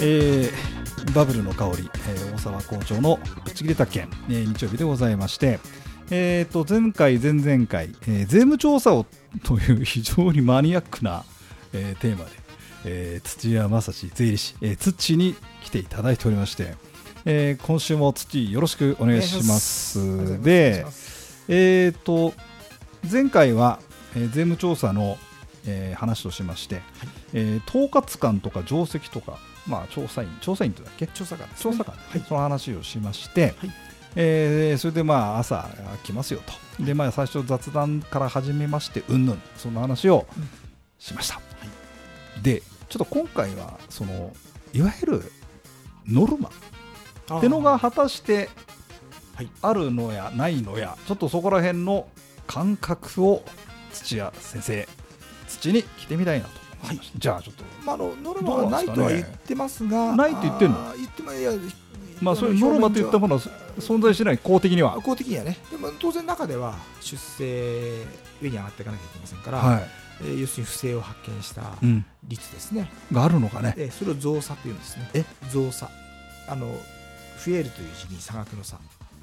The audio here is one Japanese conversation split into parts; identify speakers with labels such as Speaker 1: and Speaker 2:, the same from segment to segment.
Speaker 1: えーバブルの香り、えー大沢校長のぶっちぎれた件、えー日曜日でございまして、えー、と前回、前々回、えー税務調査をという 非常にマニアックな、えーテーマで、えー土屋正史税理士、えー、ツッチーに来ていただいておりまして、えー今週も土よろしくお願いします。で、えー、と前回は、えー税務調査の、えー話をしまして、えー統括官とか定石とか、まあ、調査員調査員とだっけ
Speaker 2: 調査官です
Speaker 1: 調査官、その話をしまして、
Speaker 2: はい
Speaker 1: えーそれでまあ朝あ来ますよとで、まあ、最初雑談から始めましてうんぬんその話を
Speaker 2: うん
Speaker 1: しました、でちょっと今回はそのいわゆるノルマ
Speaker 2: っ
Speaker 1: ってのが果たして
Speaker 2: はい
Speaker 1: あるのやないのやちょっとそこら辺の感覚を土屋先生土に来てみたいなと思いました、じゃあちょっと
Speaker 2: まあ、あのノルマはないとは言ってますが
Speaker 1: ないって言ってんの
Speaker 2: あー言ってもいや
Speaker 1: まあそれノルマと言ったものは存在しない公的には
Speaker 2: 公的にはねでも当然中では出生上に上がっていかなきゃいけませんから、
Speaker 1: は
Speaker 2: えー要するに不正を発見した
Speaker 1: い、うん、
Speaker 2: 率ですね、
Speaker 1: があるのかね
Speaker 2: えーそれを増差というんですね
Speaker 1: え
Speaker 2: 増差あの増えるという字に差額の差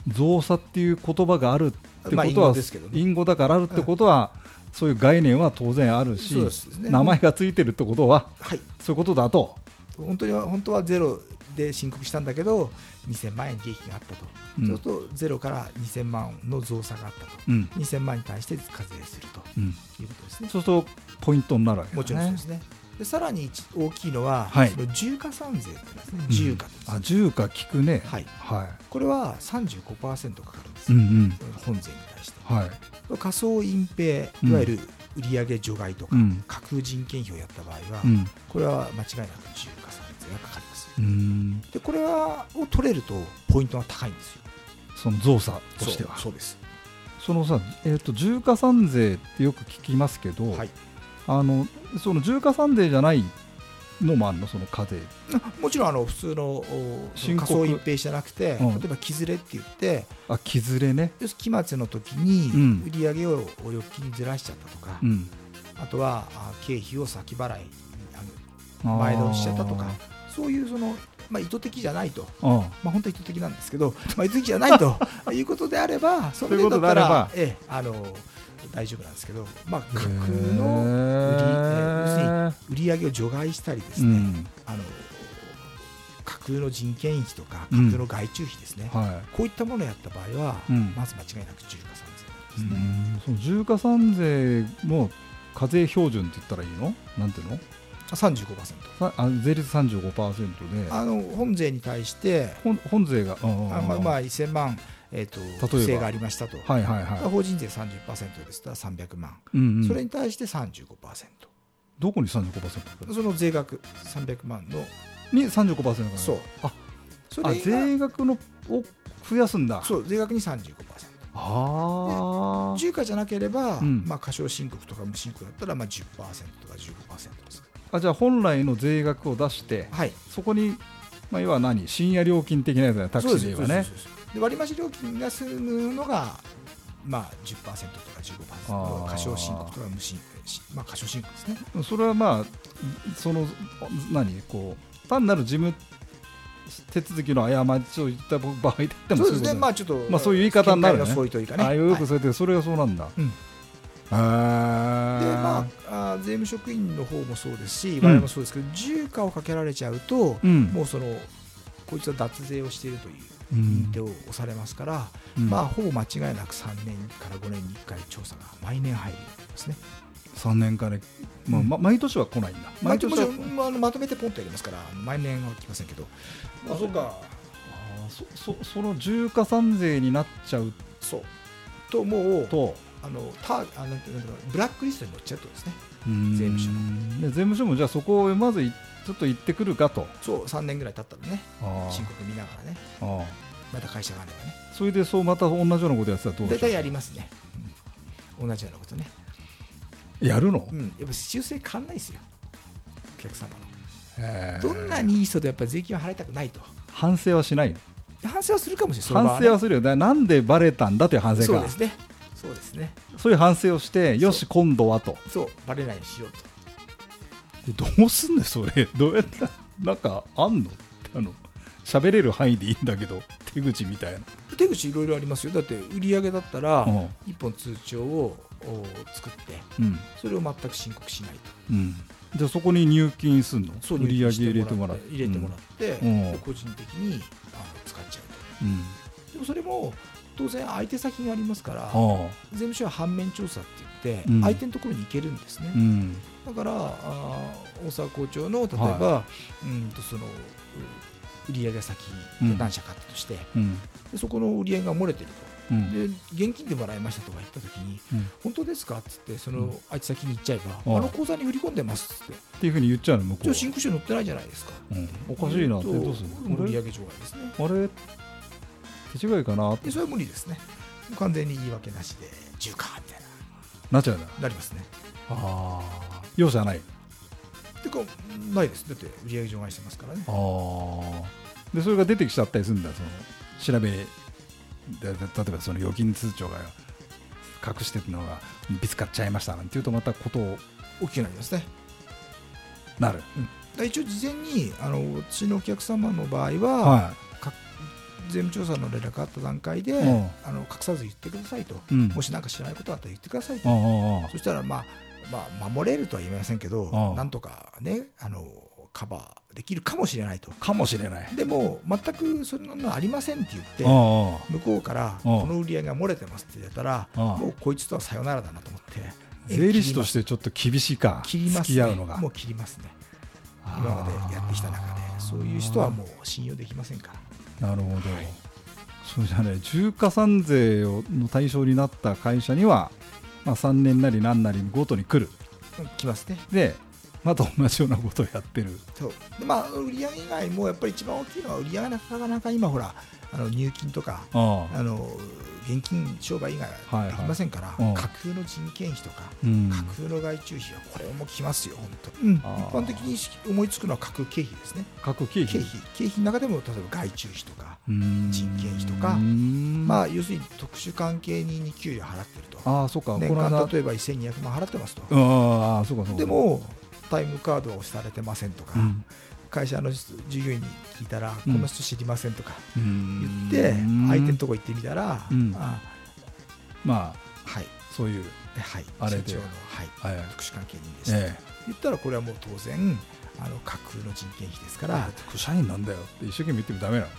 Speaker 1: 増差っていう言葉があるってこと
Speaker 2: ま
Speaker 1: は
Speaker 2: あ隠語ですけどね
Speaker 1: 隠語だからあるってことは、そういう概念は当然あるし、
Speaker 2: そうですね
Speaker 1: 名前がついてるってことは
Speaker 2: はい
Speaker 1: そういうことだと、
Speaker 2: 本当には本当はゼロで申告したんだけど2000万円利益があったと、
Speaker 1: うん
Speaker 2: そうするとゼロから2000万の増差があったと
Speaker 1: うん
Speaker 2: 2000万に対して課税すると
Speaker 1: うん、
Speaker 2: いうことですね。
Speaker 1: そうするとポイントになるわけだね
Speaker 2: もちろんそうですね。でさらに一大きいのは、
Speaker 1: はい
Speaker 2: その重加算税ってやつですね。
Speaker 1: うん
Speaker 2: 重加と
Speaker 1: あ重価聞くね
Speaker 2: はい
Speaker 1: は
Speaker 2: これは35%かかるんです
Speaker 1: い、う
Speaker 2: よ、
Speaker 1: んうん
Speaker 2: 本税に対して。
Speaker 1: はい
Speaker 2: 仮想隠蔽、
Speaker 1: うん
Speaker 2: いわゆる売上除外とか、
Speaker 1: うん
Speaker 2: 架空人件費をやった場合は、
Speaker 1: うん
Speaker 2: これは間違いなく重加算税がかかります。
Speaker 1: うん
Speaker 2: でこれはを取れるとポイントが高いんですよ。
Speaker 1: その増差としては
Speaker 2: そうそうです。
Speaker 1: そのさ、えー、と重加算税ってよく聞きますけど、
Speaker 2: はい。
Speaker 1: あのその重加算税じゃないのもあるのその課税
Speaker 2: もちろんあの普通のお
Speaker 1: 申
Speaker 2: 仮
Speaker 1: 告
Speaker 2: 想隠蔽じゃなくて、
Speaker 1: うん
Speaker 2: 例えば木ずれって言って
Speaker 1: あきずれね
Speaker 2: 要するに期末の時に
Speaker 1: うん
Speaker 2: 売り上げを預金ずらしちゃったとか、
Speaker 1: うん
Speaker 2: あとはあ経費を先払いあ
Speaker 1: あー
Speaker 2: の前倒ししちゃったとかそういうその、まあ、意図的じゃないと。
Speaker 1: うん
Speaker 2: まあ、本当は意図的なんですけど、 まあ、意図的じゃない ということであれば、それだったら、
Speaker 1: と
Speaker 2: ええ、あの大丈夫なんですけど、まあ、架空
Speaker 1: へ
Speaker 2: の
Speaker 1: ー
Speaker 2: 売り上げを除外したりです
Speaker 1: う
Speaker 2: ね、
Speaker 1: ん
Speaker 2: あの架空の人件費とか、
Speaker 1: う
Speaker 2: 架
Speaker 1: ん
Speaker 2: 空の外注費ですね、
Speaker 1: は
Speaker 2: こういったものをやった場合は、
Speaker 1: うん
Speaker 2: まず間違いなく重加算
Speaker 1: い、
Speaker 2: 税なんですね。
Speaker 1: うんその重加算税の課税標準って言ったらいいのなんていうの
Speaker 2: 35%
Speaker 1: さあ税率35%で
Speaker 2: あの本税に対して、
Speaker 1: 本本税が、うんうんうん
Speaker 2: あまあ、まあ1000万、えー、と
Speaker 1: ば
Speaker 2: 不正がありましたと、
Speaker 1: はいはいはい、
Speaker 2: 法人税30%ですから300万、
Speaker 1: うんうん
Speaker 2: それに対して35%、
Speaker 1: どこに35%
Speaker 2: その税額300万の、
Speaker 1: に35%がね
Speaker 2: そう
Speaker 1: あ
Speaker 2: そ
Speaker 1: あ
Speaker 2: れが
Speaker 1: 税額のを増やすんだ
Speaker 2: そう税額に35%。
Speaker 1: あー
Speaker 2: 重価じゃなければ、
Speaker 1: うん
Speaker 2: まあ、過少申告とか無申告だったら、まあ、10%とか15%です。
Speaker 1: あじゃあ本来の税額を出して
Speaker 2: はい、
Speaker 1: そこに、まあ、要は何深夜料金的なやつだよタクシーで言えばね
Speaker 2: そうですそうですそうですで割増料金が済むのが、まあ、10%とか15%
Speaker 1: あ
Speaker 2: の
Speaker 1: ー
Speaker 2: 過少申告とか無申しまあ、過少申告ですね。
Speaker 1: それはまあその何こう単なる事務手続きの過ちを言った場合でっても
Speaker 2: そう
Speaker 1: いこ
Speaker 2: ですね、
Speaker 1: とだよ
Speaker 2: まあ、ちょっと、
Speaker 1: まあそういう言い方になるね
Speaker 2: 見解の相違というかね。
Speaker 1: あよ
Speaker 2: はい
Speaker 1: くそうやってそれがそうなんだ、
Speaker 2: うん
Speaker 1: へー
Speaker 2: でまあ、あー税務職員の方もそうですし、
Speaker 1: ん
Speaker 2: 我々もそうですけど、重価をかけられちゃうと、
Speaker 1: うん
Speaker 2: もうその、こいつは脱税をしているという
Speaker 1: うん
Speaker 2: 認定を押されますから、
Speaker 1: うん
Speaker 2: まあ、ほぼ間違いなく3年から5年に1回調査が毎年入るようになりますね。
Speaker 1: 3年間で、まあ
Speaker 2: うん
Speaker 1: ま毎年は来ないんだ
Speaker 2: まあ、
Speaker 1: 毎年
Speaker 2: もち
Speaker 1: は
Speaker 2: ろんまああのまとめてポンとやりますから、毎年は来ませんけど、
Speaker 1: あそう
Speaker 2: か、
Speaker 1: あーそそその重加算税になっちゃう
Speaker 2: そう、ともう、
Speaker 1: と
Speaker 2: あのたあのなんていうのブラックリストに載っちゃうってことですね、
Speaker 1: うん
Speaker 2: 税務署
Speaker 1: で税務署もじゃあそこをまずいちょっと行ってくるかと
Speaker 2: そう、3年ぐらい経ったらね、
Speaker 1: あ
Speaker 2: 申告見ながらね、
Speaker 1: あああ
Speaker 2: また会社があればね、
Speaker 1: それでそうまた同じようなことやってたらどうでし
Speaker 2: 大
Speaker 1: ょう
Speaker 2: 体やりますね、うん同じようなことね、
Speaker 1: やるの
Speaker 2: う、ん、やっぱ修正変わんないですよ、お客様の。
Speaker 1: へー
Speaker 2: どんなにいい人でやっぱり税金は払いたくないと、
Speaker 1: 反省はしないの
Speaker 2: 反省はするかもしれない、その場は
Speaker 1: 反
Speaker 2: ね
Speaker 1: 省はするよだなんでバレたんだという反省
Speaker 2: そう
Speaker 1: か
Speaker 2: ですね。そうですね。
Speaker 1: そういう反省をしてよし
Speaker 2: そ
Speaker 1: 今度はと
Speaker 2: そう、バレないようにしようと。
Speaker 1: でどうすんのそれどうやったなんかあんのあの喋れる範囲でいいんだけど手口みたいな、
Speaker 2: 手口いろいろありますよだって売り上げだったら
Speaker 1: うん
Speaker 2: 一本通帳をお作って
Speaker 1: うん
Speaker 2: それを全く申告しないと
Speaker 1: うん、じゃあそこに入金すんの
Speaker 2: そう
Speaker 1: 売り上げ入れてもらっ
Speaker 2: って入れてもらって、
Speaker 1: うん
Speaker 2: で個人的にあの使っちゃう
Speaker 1: うんうん
Speaker 2: とでもそれも当然相手先がありますから
Speaker 1: ああ
Speaker 2: 税務署は反面調査って言って、
Speaker 1: うん
Speaker 2: 相手のところに行けるんですね、
Speaker 1: うん
Speaker 2: だからあー大沢校長の例えば、
Speaker 1: は
Speaker 2: うんとそのう売り上げ先
Speaker 1: うん
Speaker 2: で何社かったとして、
Speaker 1: うん
Speaker 2: でそこの売り上げが漏れてる
Speaker 1: う
Speaker 2: と
Speaker 1: ん
Speaker 2: で現金でもらいましたとか言った時に
Speaker 1: うん
Speaker 2: 本当ですかって言ってその相手先に行っちゃえば、
Speaker 1: うん
Speaker 2: あの口座に振り込んでますって
Speaker 1: っていうふうに言っちゃうの向こう
Speaker 2: じゃ
Speaker 1: は
Speaker 2: あ申告書に載ってないじゃないですか
Speaker 1: うん、おかしいなって
Speaker 2: えっと
Speaker 1: どうするの
Speaker 2: 売
Speaker 1: あ
Speaker 2: り
Speaker 1: れ
Speaker 2: 上げ除外ですね
Speaker 1: あれ手違いかなって
Speaker 2: でそれは無理ですねもう完全に言い訳なしで10かみたい
Speaker 1: なっちゃうな
Speaker 2: ななりますね
Speaker 1: ああ容赦ない
Speaker 2: てかないですだって売り上げ除外してますからね
Speaker 1: ああでそれが出てきちゃったりするんだその調べでで例えばその預金通帳が隠してるのが見つかっちゃいましたなんていうとまたことを
Speaker 2: 大きくなりますね
Speaker 1: なる
Speaker 2: だから一応事前にあのうちのお客様の場合は、
Speaker 1: は
Speaker 2: 税務調査の連絡があった段階で、
Speaker 1: うん
Speaker 2: あの隠さず言ってくださいと、
Speaker 1: い、うん、
Speaker 2: もし何か知らないことがあったら言ってください
Speaker 1: あ
Speaker 2: と、
Speaker 1: あああ
Speaker 2: そしたら、まあまあ、守れるとは言えませんけど、
Speaker 1: うん
Speaker 2: なんとかねあのカバーできるかもしれないと
Speaker 1: かもしれない
Speaker 2: でも全くそんなのありませんって言って、
Speaker 1: ああ
Speaker 2: 向こうか
Speaker 1: う
Speaker 2: ら
Speaker 1: ん
Speaker 2: この売り上げが漏れてますって言ったら、
Speaker 1: うん
Speaker 2: もうこいつとはさよならだなと思って、
Speaker 1: 税理士としててちょっと厳しいか
Speaker 2: 切りま
Speaker 1: 付
Speaker 2: す、
Speaker 1: き合うのが
Speaker 2: もう切りますね、今までやってきた中で、そういう人はもう信用できませんから、
Speaker 1: なるほど、そうじゃね重加算税をの対象になった会社には、まあ、3年なり何なりごとに来る
Speaker 2: うん来ますね。
Speaker 1: でまた同じようなことをやってる
Speaker 2: そうでまあ、売り上げ以外もやっぱり一番大きいのは売り上げなかなか今ほらあの入金とか
Speaker 1: ああ
Speaker 2: あの現金商売以外はできませんから、
Speaker 1: いはいうん
Speaker 2: 架空の人件費とか、
Speaker 1: うん
Speaker 2: 架空の外注費はこれもきますよ、本当、うん、一
Speaker 1: あー
Speaker 2: 般的に思いつくのは架空経費ですね、
Speaker 1: 各経
Speaker 2: 経
Speaker 1: 費
Speaker 2: 費経費の中でも例えば外注費とか、人件費とか
Speaker 1: ま
Speaker 2: まあ、要するに特殊関係人に給料払ってると、
Speaker 1: ああそうかこ
Speaker 2: 年
Speaker 1: の間
Speaker 2: 間例えば1200万払ってますと、
Speaker 1: ああそうかそうか
Speaker 2: でもタイムカードを押されてませんとか、
Speaker 1: うん
Speaker 2: 会社の従業員に聞いたら、
Speaker 1: うん
Speaker 2: この人知りませんとか
Speaker 1: うん
Speaker 2: 言って、相手のとこ行ってみたら、
Speaker 1: うん
Speaker 2: あ
Speaker 1: まあ
Speaker 2: はい、
Speaker 1: そういう
Speaker 2: はい、
Speaker 1: あれ
Speaker 2: 社
Speaker 1: で
Speaker 2: 長の、はい、
Speaker 1: はい
Speaker 2: 特殊関係人です、
Speaker 1: え
Speaker 2: 言ったら、これはもう当然、あの架空の人件費ですから、だ
Speaker 1: え社員なんだよって一生懸命言ってもダメなの
Speaker 2: っ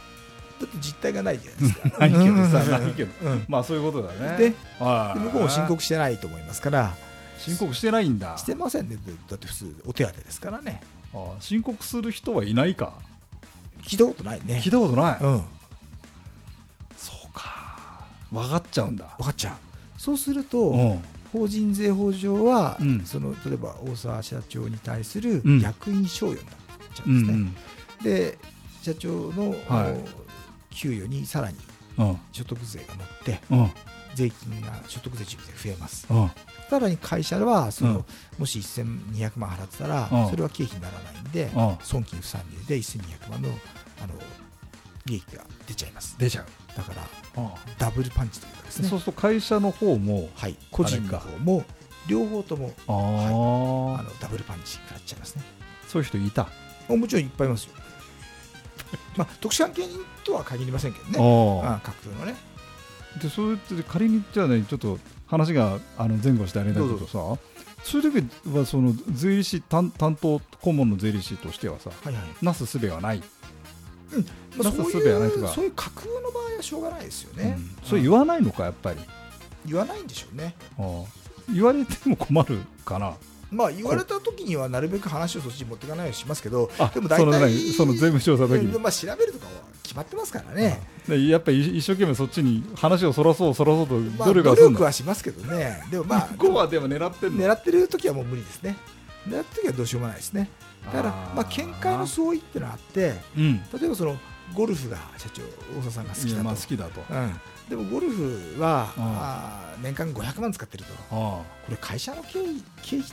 Speaker 2: て実態がないじゃないですか。
Speaker 1: ないけど
Speaker 2: うん
Speaker 1: さないけど
Speaker 2: うん
Speaker 1: まあそういうことだね
Speaker 2: で
Speaker 1: は
Speaker 2: で
Speaker 1: い
Speaker 2: 向こうも申告してないと思いますから、
Speaker 1: 申告してないんだ
Speaker 2: してませんね、だって普通、お手当ですからね、
Speaker 1: あ申告する人はいないか
Speaker 2: 聞いたことないね
Speaker 1: 聞い、たことない、
Speaker 2: うん、
Speaker 1: そうか分かっちゃうんだ
Speaker 2: 分かっちゃう、そうする
Speaker 1: う
Speaker 2: と、
Speaker 1: ん
Speaker 2: 法人税法上は、
Speaker 1: うん
Speaker 2: その例えば大沢社長に対する
Speaker 1: うん
Speaker 2: 役員賞与になっちゃう
Speaker 1: うん
Speaker 2: ですね。
Speaker 1: ん
Speaker 2: で社長の、
Speaker 1: はい
Speaker 2: あの給与にさらに
Speaker 1: うん
Speaker 2: 所得税が乗って
Speaker 1: うん
Speaker 2: 税金が所得税10%増えます
Speaker 1: うん
Speaker 2: さらに会社はその、
Speaker 1: うん
Speaker 2: もし1200万払ってたら、
Speaker 1: うん
Speaker 2: それは経費にならないんで、
Speaker 1: うん
Speaker 2: 損金不算入で1200万のあの利益が出ちゃいます
Speaker 1: 出ちゃう
Speaker 2: だから
Speaker 1: あ
Speaker 2: ダブルパンチというかです
Speaker 1: そう
Speaker 2: ね
Speaker 1: すると会社の方も
Speaker 2: はい、個人の方も両方とも
Speaker 1: ああ、
Speaker 2: あのダブルパンチ食らっちゃいますね
Speaker 1: そういう人いた、
Speaker 2: あもちろんいっぱいいますよ まあ特殊関係人とは限りませんけどね
Speaker 1: あ
Speaker 2: あ架空のね
Speaker 1: あでそうやって仮にじゃあねちょっと話があの前後してあれだけど
Speaker 2: どう
Speaker 1: さそういう時はその税理士担担当顧問の税理士としてはさ
Speaker 2: はいはい
Speaker 1: なすすべはない、
Speaker 2: まあ、
Speaker 1: な
Speaker 2: そ
Speaker 1: さ
Speaker 2: う
Speaker 1: すべはないいと
Speaker 2: う
Speaker 1: か
Speaker 2: そういう架空の場合はしょうがないですよね、
Speaker 1: うんそれ
Speaker 2: 言
Speaker 1: 言
Speaker 2: わ
Speaker 1: わないのかやっぱり
Speaker 2: 言わないんでしょうね、
Speaker 1: ああ言われても困るかな
Speaker 2: まあ、言われた時にはなるべく話をそっちに持っていかないようにしますけど
Speaker 1: あ、
Speaker 2: でも大
Speaker 1: その
Speaker 2: 体
Speaker 1: 何その税務調査の時に
Speaker 2: でまあ、調べるとかは決まってますからね、
Speaker 1: でやっぱり一生懸命そっちに話をそらそうそらそうと
Speaker 2: まあ、
Speaker 1: 努
Speaker 2: 努
Speaker 1: 力はするの、
Speaker 2: 力はしますけどね、でもまあ、
Speaker 1: こうはでも狙ってんの
Speaker 2: 狙ってる時はもう無理ですね、狙ってる時はどうしようもないですね、だから
Speaker 1: あー、
Speaker 2: まあ、見解の相違っていうのはあって、
Speaker 1: うん
Speaker 2: 例えばそのゴルフが社長大沢さんが好き
Speaker 1: い
Speaker 2: だ
Speaker 1: や
Speaker 2: と、
Speaker 1: まあ好きだと。あ
Speaker 2: うん、でもゴルフは、
Speaker 1: うん
Speaker 2: あー年間500万使ってると
Speaker 1: あ
Speaker 2: これ会社の経費経費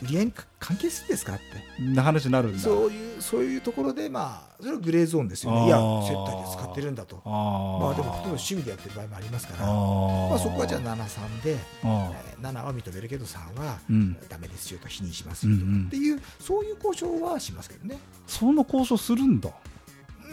Speaker 2: 売り上げにか関係するんですかって
Speaker 1: な話になるんだ。
Speaker 2: そういうそういうところでまあそれはグレーゾーンですよ
Speaker 1: あ
Speaker 2: ね
Speaker 1: ー
Speaker 2: いや接待で使ってるんだと
Speaker 1: ああ。
Speaker 2: まあでもほとんど趣味でやってる場合もありますから
Speaker 1: ああ。
Speaker 2: まあ、そこはじゃあ73で、
Speaker 1: ああ。
Speaker 2: えー7は認めるけど3は
Speaker 1: うん。
Speaker 2: ダメですよと否認しますよと、
Speaker 1: うんうん
Speaker 2: っていうそういう交渉はしますけどね
Speaker 1: そんな交渉するんだ。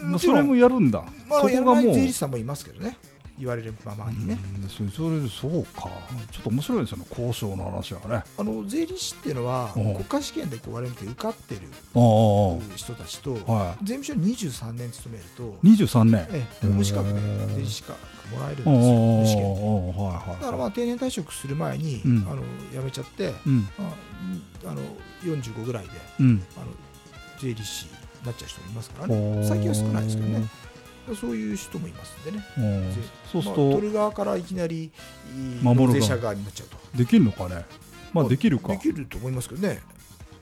Speaker 1: まあ
Speaker 2: もち
Speaker 1: そ
Speaker 2: ろ
Speaker 1: れ
Speaker 2: ん
Speaker 1: もやるんだ。
Speaker 2: まあ
Speaker 1: そこ
Speaker 2: や
Speaker 1: が
Speaker 2: らない
Speaker 1: もう。
Speaker 2: 税理士さんもいますけどね言われるままにね、
Speaker 1: うんそれそれそうか、ちょっと面白いですよね、交渉の話はね。ああ
Speaker 2: あの税理士っていうのは
Speaker 1: うん
Speaker 2: 国家試験でこう割れて受かってる人たちと
Speaker 1: ああ、は
Speaker 2: 税務署に23年勤めると
Speaker 1: い、23年。
Speaker 2: ええ法務資格で税理士資格もらえるんです
Speaker 1: おう
Speaker 2: よ
Speaker 1: おうおう
Speaker 2: 試験で
Speaker 1: おうはいはい。
Speaker 2: だからまあ定年退職する前に
Speaker 1: うん
Speaker 2: あの辞めちゃって
Speaker 1: うん
Speaker 2: ああの45ぐらいで
Speaker 1: うん。
Speaker 2: あの税理士になっちゃう人もいますから
Speaker 1: おー
Speaker 2: ね最近は少ないですけどねそういう人もいますんでね
Speaker 1: うんそうす
Speaker 2: ま
Speaker 1: る
Speaker 2: あ、
Speaker 1: と
Speaker 2: 取、る側からいきなりい
Speaker 1: 守る側
Speaker 2: 税者側になっちゃうと
Speaker 1: できるのかね。まあできるか
Speaker 2: で。きると思いますけどね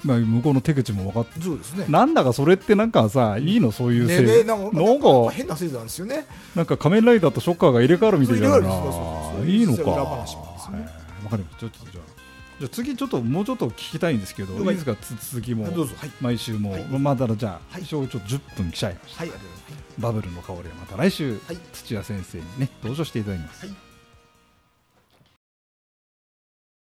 Speaker 1: まあ向こうの手口も分かって。
Speaker 2: そうですね
Speaker 1: なんだかそれってなんかさ、いいのそういう
Speaker 2: ね
Speaker 1: 制
Speaker 2: ね
Speaker 1: 度。
Speaker 2: なんか
Speaker 1: な
Speaker 2: なんん
Speaker 1: か
Speaker 2: か変な制度なんですよね
Speaker 1: なんか仮面ライダーとショッカーが入れ替わるみたいだよな
Speaker 2: そう入れ替わるそうそうそう
Speaker 1: いいのか。
Speaker 2: そう裏話なんですよね
Speaker 1: はいわかりました。ちょっとじゃあ、じゃあ次ちょっともうちょっと聞きたいんですけど、いい
Speaker 2: 了解
Speaker 1: ですかつ続きも。
Speaker 2: どうぞはい
Speaker 1: 毎週も、
Speaker 2: はい
Speaker 1: まあだからじゃあ、
Speaker 2: はい
Speaker 1: 一応ちょっと10分来ちゃいました、
Speaker 2: はいありがとうございます
Speaker 1: バブルの香りはまた来週、
Speaker 2: はい
Speaker 1: 土屋先生にね登場していただきます、
Speaker 2: はい